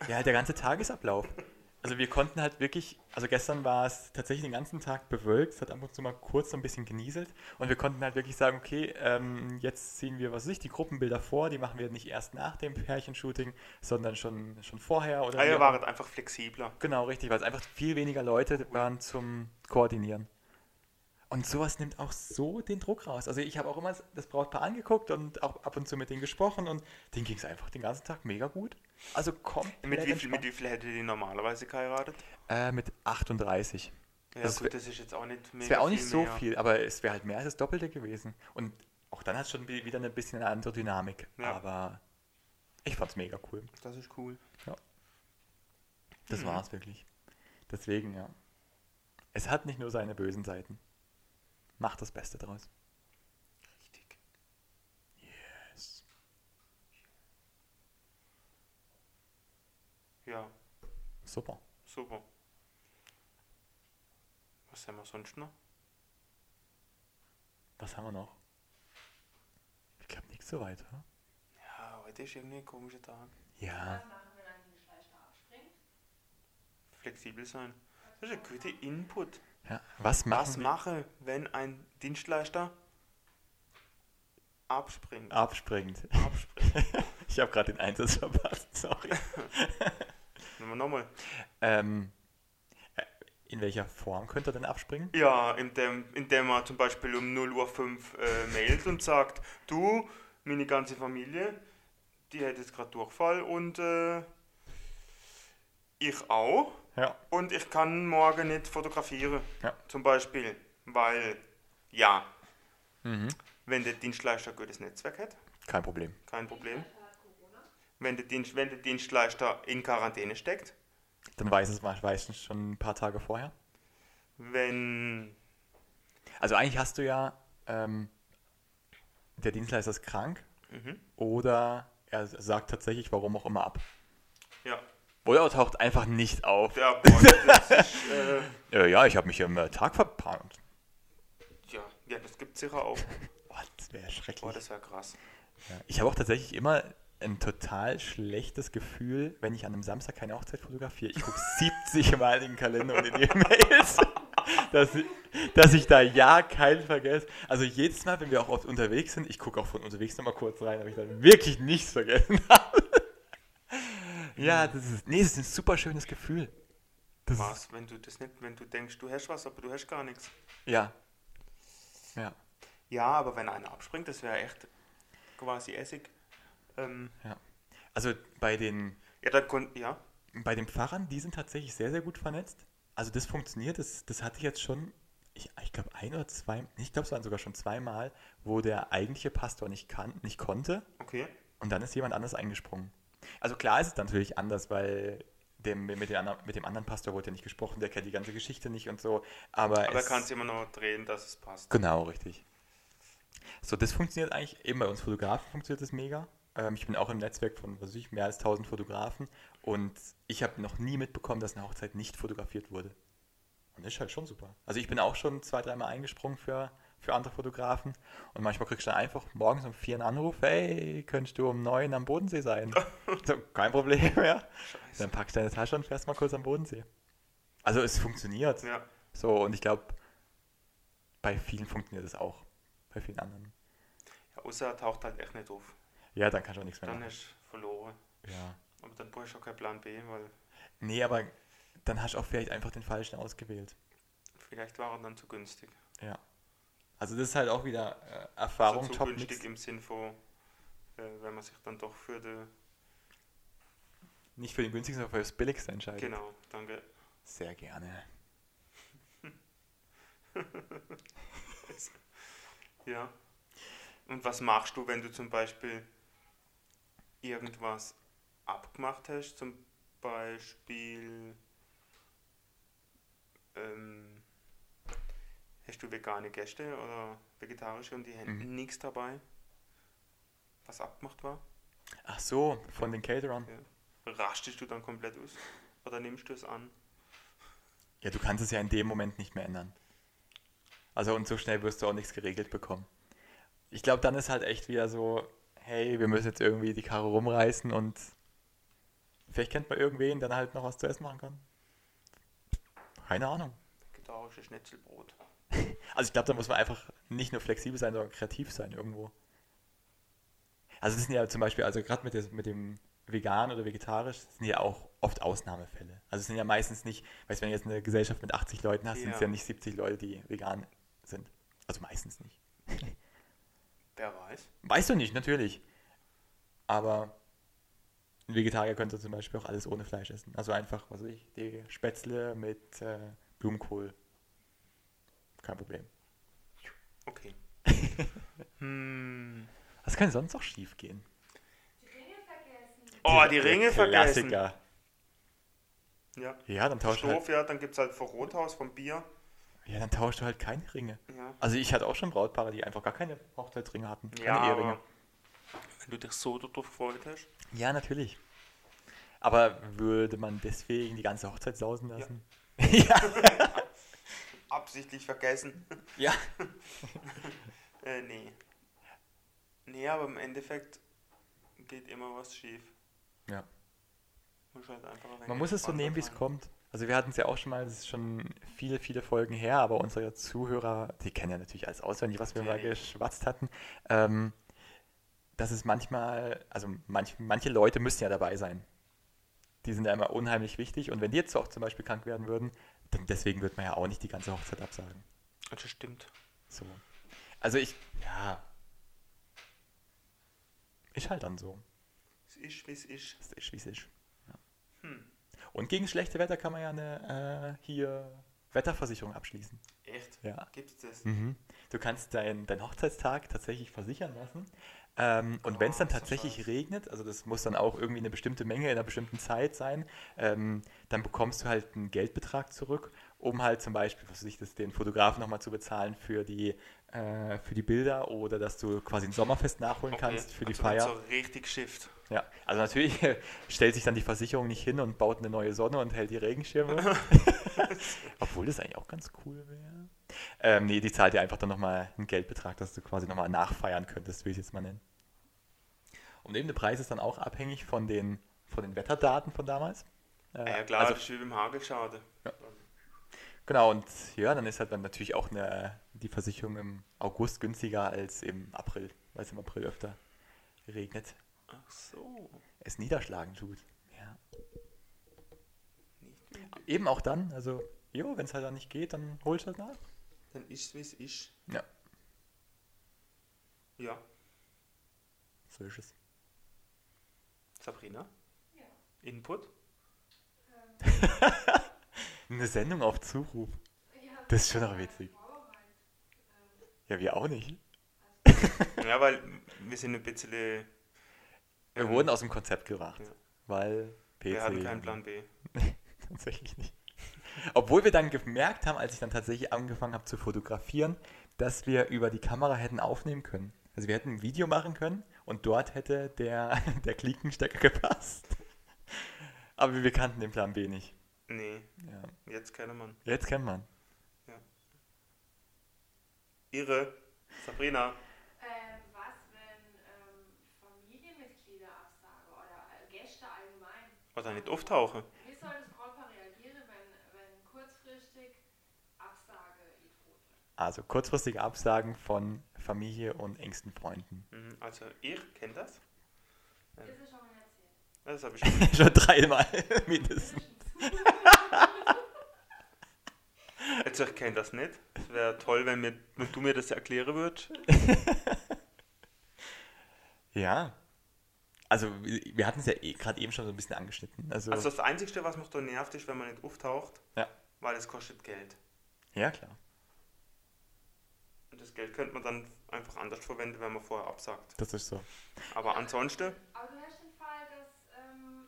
Speaker 2: Ja, halt der ganze Tagesablauf. Also wir konnten halt wirklich, also gestern war es tatsächlich den ganzen Tag bewölkt, es hat ab und zu mal kurz so ein bisschen genieselt und wir konnten halt wirklich sagen, okay, ähm, jetzt ziehen wir, was weiß ich, die Gruppenbilder vor, die machen wir nicht erst nach dem Pärchenshooting, sondern schon, schon vorher oder
Speaker 1: Ah,
Speaker 2: wie
Speaker 1: ihr
Speaker 2: auch-
Speaker 1: waret einfach flexibler.
Speaker 2: Genau, richtig, weil es einfach viel weniger Leute waren zum Koordinieren. Und sowas nimmt auch so den Druck raus. Also ich habe auch immer das Brautpaar angeguckt und auch ab und zu mit denen gesprochen und denen ging es einfach den ganzen Tag mega gut. Also komplett
Speaker 1: Mit wie, viel,
Speaker 2: entspannt.
Speaker 1: mit wie viel hättet ihr normalerweise geheiratet?
Speaker 2: Äh, mit 38.
Speaker 1: Ja,
Speaker 2: Das
Speaker 1: gut,
Speaker 2: wär-
Speaker 1: das ist jetzt auch nicht
Speaker 2: Es wäre auch
Speaker 1: mega
Speaker 2: nicht so
Speaker 1: mehr.
Speaker 2: viel, aber es wäre halt mehr als das Doppelte gewesen. Und auch dann hat es schon bi- wieder eine bisschen eine andere Dynamik.
Speaker 1: Ja.
Speaker 2: Aber ich fand's mega cool.
Speaker 1: Das ist cool.
Speaker 2: Das
Speaker 1: Mhm.
Speaker 2: war's wirklich. Deswegen, ja. Es hat nicht nur seine bösen Seiten. Macht das Beste draus.
Speaker 1: Richtig.
Speaker 2: Yes.
Speaker 1: Ja,
Speaker 2: Super.
Speaker 1: super. Was haben wir sonst noch?
Speaker 2: Was haben wir noch? Ich glaube, nichts so weit, oder?
Speaker 1: Ja, heute ist irgendwie ein komischer Tag.
Speaker 2: Ja.
Speaker 3: Was machen wir dann, wenn die Schleister abspringt?
Speaker 1: Flexibel sein. Das ist ein guter Input.
Speaker 2: ja. Was
Speaker 1: Was
Speaker 2: machen wir?
Speaker 1: mache, wenn ein Dienstleister abspringt?
Speaker 2: Abspringend.
Speaker 1: Abspringt.
Speaker 2: (laughs) Ich habe gerade den Einsatz verpasst. Sorry.
Speaker 1: Nehmen wir nochmal.
Speaker 2: Ähm, äh, in welcher Form könnte er denn abspringen?
Speaker 1: Ja, indem, indem man zum Beispiel um 0.05 Uhr äh, mailt und sagt, du, meine ganze Familie, die hat jetzt gerade Durchfall und äh, ich auch.
Speaker 2: Ja.
Speaker 1: Und ich kann morgen nicht fotografieren.
Speaker 2: Ja.
Speaker 1: Zum Beispiel, weil, ja,
Speaker 2: Mhm.
Speaker 1: wenn der Dienstleister ein gutes Netzwerk hat,
Speaker 2: Kein Problem.
Speaker 1: kein Problem. Wenn der, Dienst, wenn der Dienstleister in Quarantäne steckt,
Speaker 2: Dann weiß es mal- meistens schon ein paar Tage vorher.
Speaker 1: wenn
Speaker 2: Also eigentlich hast du ja, ähm, der Dienstleister ist krank
Speaker 1: Mhm.
Speaker 2: oder er sagt tatsächlich, warum auch immer ab.
Speaker 1: ja,
Speaker 2: Oder er taucht einfach nicht auf.
Speaker 1: der
Speaker 2: (laughs)
Speaker 1: Bot, das ist, äh,
Speaker 2: Äh, ja, ich habe mich am äh, Tag verplant.
Speaker 1: ja, ja, das gibt sicher auch.
Speaker 2: Boah, das wäre schrecklich.
Speaker 1: Boah, das wäre krass.
Speaker 2: Ja. Ich habe auch tatsächlich immer ein total schlechtes Gefühl, wenn ich an einem Samstag keine Hochzeit fotografiere. Ich gucke 70 Mal in den Kalender und in die Mails, (laughs) dass, ich- dass ich da ja keinen vergesse. Also jedes Mal, wenn wir auch oft unterwegs sind, ich gucke auch von unterwegs nochmal kurz rein, ob ich dann wirklich nichts vergessen (laughs) habe. Ja, das ist, nee, das ist ein super schönes Gefühl. Das ist,
Speaker 1: Was, wenn du das nicht, wenn du denkst, du hast was, aber du hast gar nichts.
Speaker 2: ja. Ja,
Speaker 1: Ja, aber wenn einer abspringt, das wäre echt quasi Essig. Ähm,
Speaker 2: ja. Also bei den
Speaker 1: ja, dann kon ja,
Speaker 2: bei den Pfarrern, die sind tatsächlich sehr, sehr gut vernetzt. Also das funktioniert, das, das hatte ich jetzt schon, ich, ich glaube ein oder zwei, nee, ich glaube es waren sogar schon zweimal, wo der eigentliche Pastor nicht, kann, nicht konnte
Speaker 1: okay.
Speaker 2: und dann ist jemand anders eingesprungen. Also klar ist es natürlich anders, weil dem, mit, dem anderen, mit dem anderen Pastor wurde ja nicht gesprochen, der kennt die ganze Geschichte nicht und so. Aber,
Speaker 1: Aber
Speaker 2: es,
Speaker 1: kannst immer noch drehen, dass es passt.
Speaker 2: Genau, richtig. So, das funktioniert eigentlich, eben bei uns Fotografen funktioniert das mega. Ähm, ich bin auch im Netzwerk von, was weiß ich, mehr als 1000 Fotografen und ich habe noch nie mitbekommen, dass eine Hochzeit nicht fotografiert wurde. Und das ist halt schon super. Also ich bin auch schon zwei, dreimal eingesprungen für, für andere Fotografen und manchmal kriegst du dann einfach morgens um vier einen Anruf, hey, könntest du um neun am Bodensee sein? so, kein Problem, ja. Dann packst du deine Tasche und fährst mal kurz am Bodensee. Also es funktioniert.
Speaker 1: Ja,
Speaker 2: So, und ich glaube, bei vielen funktioniert das auch. Bei vielen anderen.
Speaker 1: ja außer er taucht halt echt nicht auf.
Speaker 2: Ja, dann kannst du auch nichts mehr
Speaker 1: Dann
Speaker 2: machen.
Speaker 1: hast du verloren.
Speaker 2: Ja.
Speaker 1: Aber dann brauche ich auch keinen Plan B, weil
Speaker 2: Nee, aber dann hast du auch vielleicht einfach den falschen ausgewählt.
Speaker 1: vielleicht war er dann zu günstig.
Speaker 2: Ja. Also das ist halt auch wieder äh,
Speaker 1: Also
Speaker 2: Erfahrung
Speaker 1: zu
Speaker 2: top
Speaker 1: günstig
Speaker 2: nix.
Speaker 1: im Sinn von, äh, wenn man sich dann doch für die.
Speaker 2: Nicht für den günstigsten, sondern für das billigste entscheiden.
Speaker 1: Genau, danke.
Speaker 2: Sehr gerne.
Speaker 1: Ja. Und was machst du, wenn du zum Beispiel irgendwas abgemacht hast? Zum Beispiel ähm, hast du vegane Gäste oder vegetarische und die haben
Speaker 2: Mhm.
Speaker 1: nichts dabei, was abgemacht war?
Speaker 2: Ach so, von den Caterern.
Speaker 1: Rastest du dann komplett aus? Oder nimmst du es an?
Speaker 2: Ja, du kannst es ja in dem Moment nicht mehr ändern. Also und so schnell wirst du auch nichts geregelt bekommen. Ich glaube, dann ist halt echt wieder so, hey, wir müssen jetzt irgendwie die Karre rumreißen und vielleicht kennt man irgendwen, der halt noch was zu essen machen kann. Keine Ahnung.
Speaker 1: Vegetarische Schnitzelbrot.
Speaker 2: Also ich glaube, da muss man einfach nicht nur flexibel sein, sondern kreativ sein irgendwo. Also das sind ja zum Beispiel, also gerade mit, des- mit dem vegan oder vegetarisch, das sind ja auch oft Ausnahmefälle. Also es sind ja meistens nicht, weißt du, wenn du jetzt eine Gesellschaft mit 80 Leuten hast, sind es
Speaker 1: Ja.
Speaker 2: ja nicht 70 Leute, die vegan sind. Also meistens nicht.
Speaker 1: Wer weiß?
Speaker 2: Weißt du nicht, natürlich. Aber ein Vegetarier könnte zum Beispiel auch alles ohne Fleisch essen. Also einfach, was weiß ich, die Spätzle mit äh, Blumenkohl. Kein Problem.
Speaker 1: Okay. hm.
Speaker 2: Was kann sonst noch schief gehen?
Speaker 3: Die Ringe vergessen.
Speaker 1: Oh,
Speaker 2: Der-
Speaker 1: die
Speaker 2: der
Speaker 1: Ringe vergessen.
Speaker 2: Klassiker.
Speaker 1: Ja.
Speaker 2: Ja, dann tauscht du
Speaker 1: Stoff,
Speaker 2: halt,
Speaker 1: ja, dann gibt es halt vom Rothaus, vom Bier.
Speaker 2: ja, dann tauscht du halt keine Ringe.
Speaker 1: Ja.
Speaker 2: Also ich hatte auch schon Brautpaare, die einfach gar keine Hochzeitsringe hatten, keine
Speaker 1: Ja,
Speaker 2: Eheringe.
Speaker 1: aber wenn du dich so darauf gefreut hast.
Speaker 2: Ja, natürlich. Aber würde man deswegen die ganze Hochzeit sausen lassen? (laughs)
Speaker 1: Absichtlich vergessen. (laughs)
Speaker 2: Ja.
Speaker 1: äh, nee. Nee, aber im Endeffekt geht immer was schief.
Speaker 2: Ja.
Speaker 1: Muss halt einfach ein wenig
Speaker 2: Man muss es so
Speaker 1: entspannt
Speaker 2: nehmen, wie es
Speaker 1: sein.
Speaker 2: kommt. Also wir hatten es ja auch schon mal, das ist schon viele, viele Folgen her, aber unsere Zuhörer, die kennen ja natürlich alles auswendig, was wir mal
Speaker 1: Natürlich.
Speaker 2: geschwatzt hatten, ähm, dass es manchmal, also manch, manche Leute müssen ja dabei sein. Die sind ja immer unheimlich wichtig und wenn die jetzt auch zum Beispiel krank werden würden, dann deswegen wird man ja auch nicht die ganze Hochzeit absagen.
Speaker 1: Das stimmt.
Speaker 2: So. Also ich, ja. Ist halt dann so.
Speaker 1: Es ist, wie es ist.
Speaker 2: Das ist, wie es ist. Ja.
Speaker 1: Hm.
Speaker 2: Und gegen schlechte Wetter kann man ja eine äh, hier Wetterversicherung abschließen.
Speaker 1: Echt?
Speaker 2: Ja. Hm,
Speaker 1: Gibt's das?
Speaker 2: Du kannst deinen dein Hochzeitstag tatsächlich versichern lassen. Ähm, und wenn es
Speaker 1: Oh,
Speaker 2: dann
Speaker 1: ist das
Speaker 2: tatsächlich
Speaker 1: scheiße.
Speaker 2: regnet, also das muss dann auch irgendwie eine bestimmte Menge in einer bestimmten Zeit sein, ähm, dann bekommst du halt einen Geldbetrag zurück, um halt zum Beispiel, was weiß ich, das, den Fotografen nochmal zu bezahlen für die, äh, für die Bilder oder dass du quasi ein Sommerfest nachholen kannst für die
Speaker 1: also
Speaker 2: Feier.
Speaker 1: wenn's So richtig shift.
Speaker 2: Ja, also natürlich (laughs) stellt sich dann die Versicherung nicht hin und baut eine neue Sonne und hält die Regenschirme.
Speaker 1: (laughs)
Speaker 2: Obwohl das eigentlich auch ganz cool wäre. Ähm, nee, die zahlt dir einfach dann nochmal einen Geldbetrag, dass du quasi nochmal nachfeiern könntest, wie ich es jetzt mal nennen. Und eben der Preis ist dann auch abhängig von den, von den Wetterdaten von damals. Äh,
Speaker 1: Ja, klar,
Speaker 2: Also,
Speaker 1: das ist wie beim Hagelschaden.
Speaker 2: genau, und ja, dann ist halt dann natürlich auch eine, die Versicherung im August günstiger als im April, weil es im April öfter regnet.
Speaker 1: Ach so.
Speaker 2: Es niederschlagen tut. Ja.
Speaker 1: Nicht übel.
Speaker 2: Eben auch dann, also, jo, wenn es halt dann nicht geht, dann holst du halt nach.
Speaker 1: Dann ist wie es ist.
Speaker 2: Ja.
Speaker 1: Ja.
Speaker 2: So ist es.
Speaker 1: Sabrina,
Speaker 3: Ja.
Speaker 1: Input?
Speaker 2: Eine Sendung auf Zuruf.
Speaker 3: Ja,
Speaker 2: Das ist schon noch witzig. Ja, wir auch nicht.
Speaker 1: Ja, weil wir sind ein bisschen. äh,
Speaker 2: Wir
Speaker 1: Ähm,
Speaker 2: wurden aus dem Konzept gebracht,
Speaker 1: ja.
Speaker 2: weil PC.
Speaker 1: Wir hatten keinen Plan B.
Speaker 2: (laughs) tatsächlich nicht. Obwohl wir dann gemerkt haben, als ich dann tatsächlich angefangen habe zu fotografieren, dass wir über die Kamera hätten aufnehmen können. Also wir hätten ein Video machen können und dort hätte der, (laughs) der Klinkenstecker gepasst. Aber wir kannten den Plan B nicht.
Speaker 1: Nee,
Speaker 2: Ja.
Speaker 1: jetzt keinen Mann.
Speaker 2: Jetzt kennt man.
Speaker 1: Irre. Sabrina.
Speaker 3: Ähm, was, wenn ähm, Familienmitglieder absagen oder äh, Gäste allgemein?
Speaker 1: Oder nicht auftauchen.
Speaker 3: Wie soll das Brautpaar reagieren, wenn, wenn kurzfristig Absage droht?
Speaker 2: Also kurzfristige Absagen von Familie und engsten Freunden. (laughs)
Speaker 1: Mhm, Also, ihr kennt das?
Speaker 3: Das ist schon mal erzählt.
Speaker 1: Das habe ich
Speaker 2: (laughs)
Speaker 1: schon.
Speaker 2: Schon dreimal mindestens.
Speaker 1: Also ich kenne das nicht. Es wäre toll, wenn, mir, wenn du mir das erklären würdest.
Speaker 2: Ja. Also wir wir hatten es ja eh, gerade eben schon so ein bisschen angeschnitten. Also,
Speaker 1: Also das Einzige, was mich da nervt, ist, wenn man nicht auftaucht,
Speaker 2: ja.
Speaker 1: weil es kostet Geld.
Speaker 2: ja, klar.
Speaker 1: Und das Geld könnte man dann einfach anders verwenden, wenn man vorher absagt.
Speaker 2: Das ist so.
Speaker 1: Aber ansonsten,
Speaker 3: Aber du hast den Fall, dass ähm,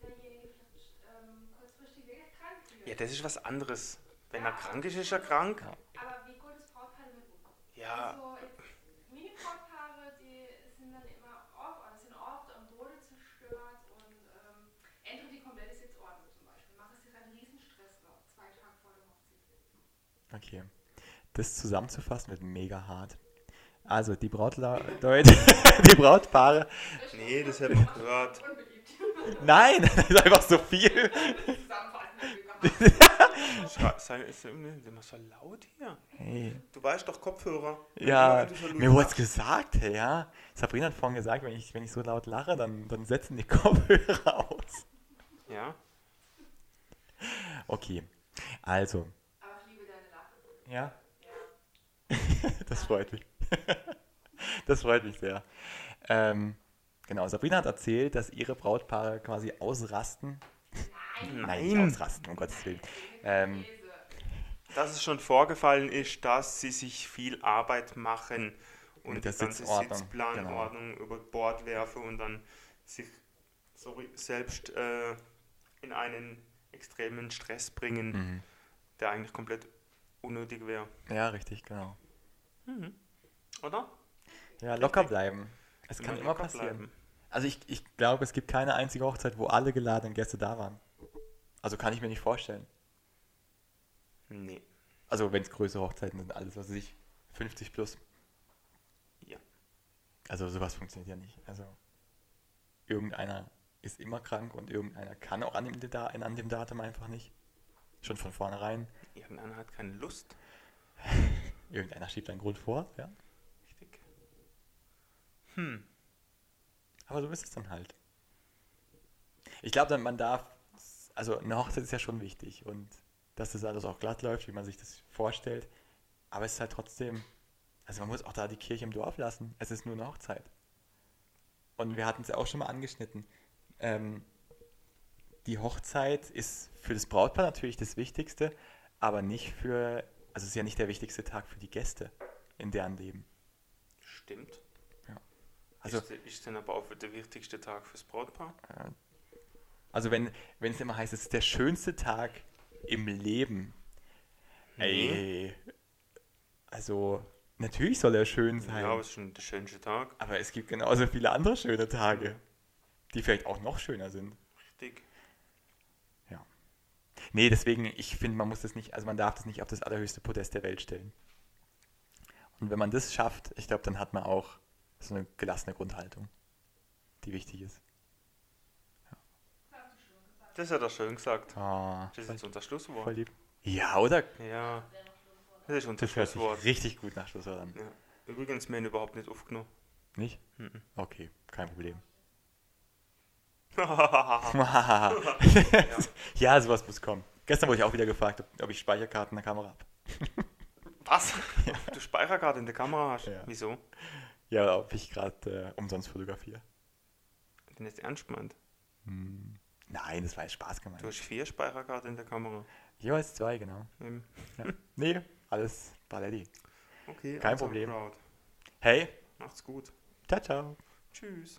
Speaker 3: derjenige vielleicht ähm, kurzfristig wirklich krank wird.
Speaker 1: ja, das ist was anderes. Wenn er krank ist, ist er krank.
Speaker 2: Ja.
Speaker 3: Aber wie gut ist Brautpaar damit umgeht?
Speaker 1: Ja,
Speaker 3: Also jetzt Mini-Brautpaare, die sind dann immer oft, oder sind oft am Boden zerstört und ähm, entweder die komplette Sitzordnung zum Beispiel. Machen sich einen riesen Stress noch, zwei Tage vor der Hochzeit.
Speaker 2: Okay. Das zusammenzufassen wird mega hart. Also die Brautleute, (laughs) die Brautpaare.
Speaker 1: nee, das hätte man gehört.
Speaker 3: Unbeliebt.
Speaker 2: Nein, (laughs) das ist einfach so viel.
Speaker 3: Zusammenfassen,
Speaker 1: Schrei, sei, ist ist immer so laut hier.
Speaker 2: Hey.
Speaker 1: Du weißt doch, Kopfhörer.
Speaker 2: Ja,
Speaker 1: Wenn du so laut
Speaker 2: mir wurde
Speaker 1: lachst.
Speaker 2: es gesagt, hey, ja. Sabrina hat vorhin gesagt, wenn ich, wenn ich so laut lache, dann, dann setzen die Kopfhörer aus.
Speaker 1: Ja.
Speaker 2: Okay, also,
Speaker 3: Aber ich liebe deine Lache.
Speaker 2: ja. (laughs) das freut mich. (laughs) das freut mich sehr. Ähm, genau, Sabrina hat erzählt, dass ihre Brautpaare quasi ausrasten. nicht
Speaker 1: Nein.
Speaker 2: ausrasten, um Gottes Willen. Ähm,
Speaker 3: Käse.
Speaker 1: Dass es schon vorgefallen ist, dass sie sich viel Arbeit machen und
Speaker 2: Mit der
Speaker 1: die ganze
Speaker 2: Sitzordnung, Genau.
Speaker 1: Sitzplanordnung über Bord werfen und dann sich sorry, selbst äh, in einen extremen Stress bringen,
Speaker 2: mhm.
Speaker 1: der eigentlich komplett unnötig wäre.
Speaker 2: Ja, richtig, genau.
Speaker 1: Oder?
Speaker 2: Ja, locker bleiben. Es kann
Speaker 1: Immer
Speaker 2: immer
Speaker 1: locker
Speaker 2: passieren.
Speaker 1: bleiben.
Speaker 2: Also ich, ich glaube, es gibt keine einzige Hochzeit, wo alle geladenen Gäste da waren. Also kann ich mir nicht vorstellen.
Speaker 1: Nee.
Speaker 2: Also wenn es größere Hochzeiten sind, alles, was weiß ich, 50 plus.
Speaker 1: Ja.
Speaker 2: Also sowas funktioniert ja nicht. Also irgendeiner ist immer krank und irgendeiner kann auch an dem, Da- an dem Datum einfach nicht. Schon von vornherein.
Speaker 1: Irgendeiner hat keine Lust.
Speaker 2: Irgendeiner schiebt einen Grund vor, ja.
Speaker 1: Richtig.
Speaker 2: Aber so ist es dann halt. Ich glaube, dann man darf, also eine Hochzeit ist ja schon wichtig und dass das alles auch glatt läuft, wie man sich das vorstellt. Aber es ist halt trotzdem, also man muss auch da die Kirche im Dorf lassen. Es ist nur eine Hochzeit. Und wir hatten es ja auch schon mal angeschnitten. Ähm, die Hochzeit ist für das Brautpaar natürlich das Wichtigste, aber nicht für, also es ist ja nicht der wichtigste Tag für die Gäste in deren Leben.
Speaker 1: Stimmt.
Speaker 2: Also
Speaker 1: ist, ist dann aber auch der wichtigste Tag fürs Brautpaar?
Speaker 2: Also wenn wenn es immer heißt, es ist der schönste Tag im Leben.
Speaker 1: Mhm.
Speaker 2: Ey. Also natürlich soll er schön
Speaker 1: Ja,
Speaker 2: sein,
Speaker 1: aber
Speaker 2: aber,
Speaker 1: es ist schon der schönste Tag.
Speaker 2: es gibt genauso viele andere schöne Tage, die vielleicht auch noch schöner sind.
Speaker 1: Richtig.
Speaker 2: Ja. Nee, deswegen ich finde, man muss das nicht, also man darf das nicht auf das allerhöchste Podest der Welt stellen. Und wenn man das schafft, ich glaube, dann hat man auch so eine gelassene Grundhaltung, die wichtig ist.
Speaker 1: Das hat er schön gesagt.
Speaker 2: Ah,
Speaker 1: Das ist
Speaker 2: voll,
Speaker 1: jetzt unser Schlusswort.
Speaker 2: voll lieb. Ja, oder?
Speaker 1: Ja, das ist unser
Speaker 2: Das hört sich
Speaker 1: Schlusswort.
Speaker 2: richtig gut nach Schlusswort an.
Speaker 1: Ja. Übrigens, wir haben ihn überhaupt nicht aufgenommen. (laughs)
Speaker 2: Nicht? Okay, kein Problem. (laughs)
Speaker 1: ja,
Speaker 2: ja, sowas muss kommen. Gestern wurde ich auch wieder gefragt, ob, ob ich Speicherkarten in der Kamera habe.
Speaker 1: was? Ob du Speicherkarte in der Kamera hast?
Speaker 2: Ja.
Speaker 1: Wieso?
Speaker 2: Ja, oder ob ich gerade äh, umsonst fotografiere.
Speaker 1: Ich bin jetzt ernst gemeint.
Speaker 2: Nein, das war jetzt Spaß gemeint.
Speaker 1: Du hast vier Speicherkarten in der Kamera.
Speaker 2: Jeweils zwei, genau.
Speaker 1: Ähm,
Speaker 2: Ja. nee, alles Balletti.
Speaker 1: Okay,
Speaker 2: Kein
Speaker 1: also,
Speaker 2: Problem.
Speaker 1: Crowd.
Speaker 2: Hey,
Speaker 1: Macht's gut.
Speaker 2: ciao, ciao.
Speaker 1: Tschüss.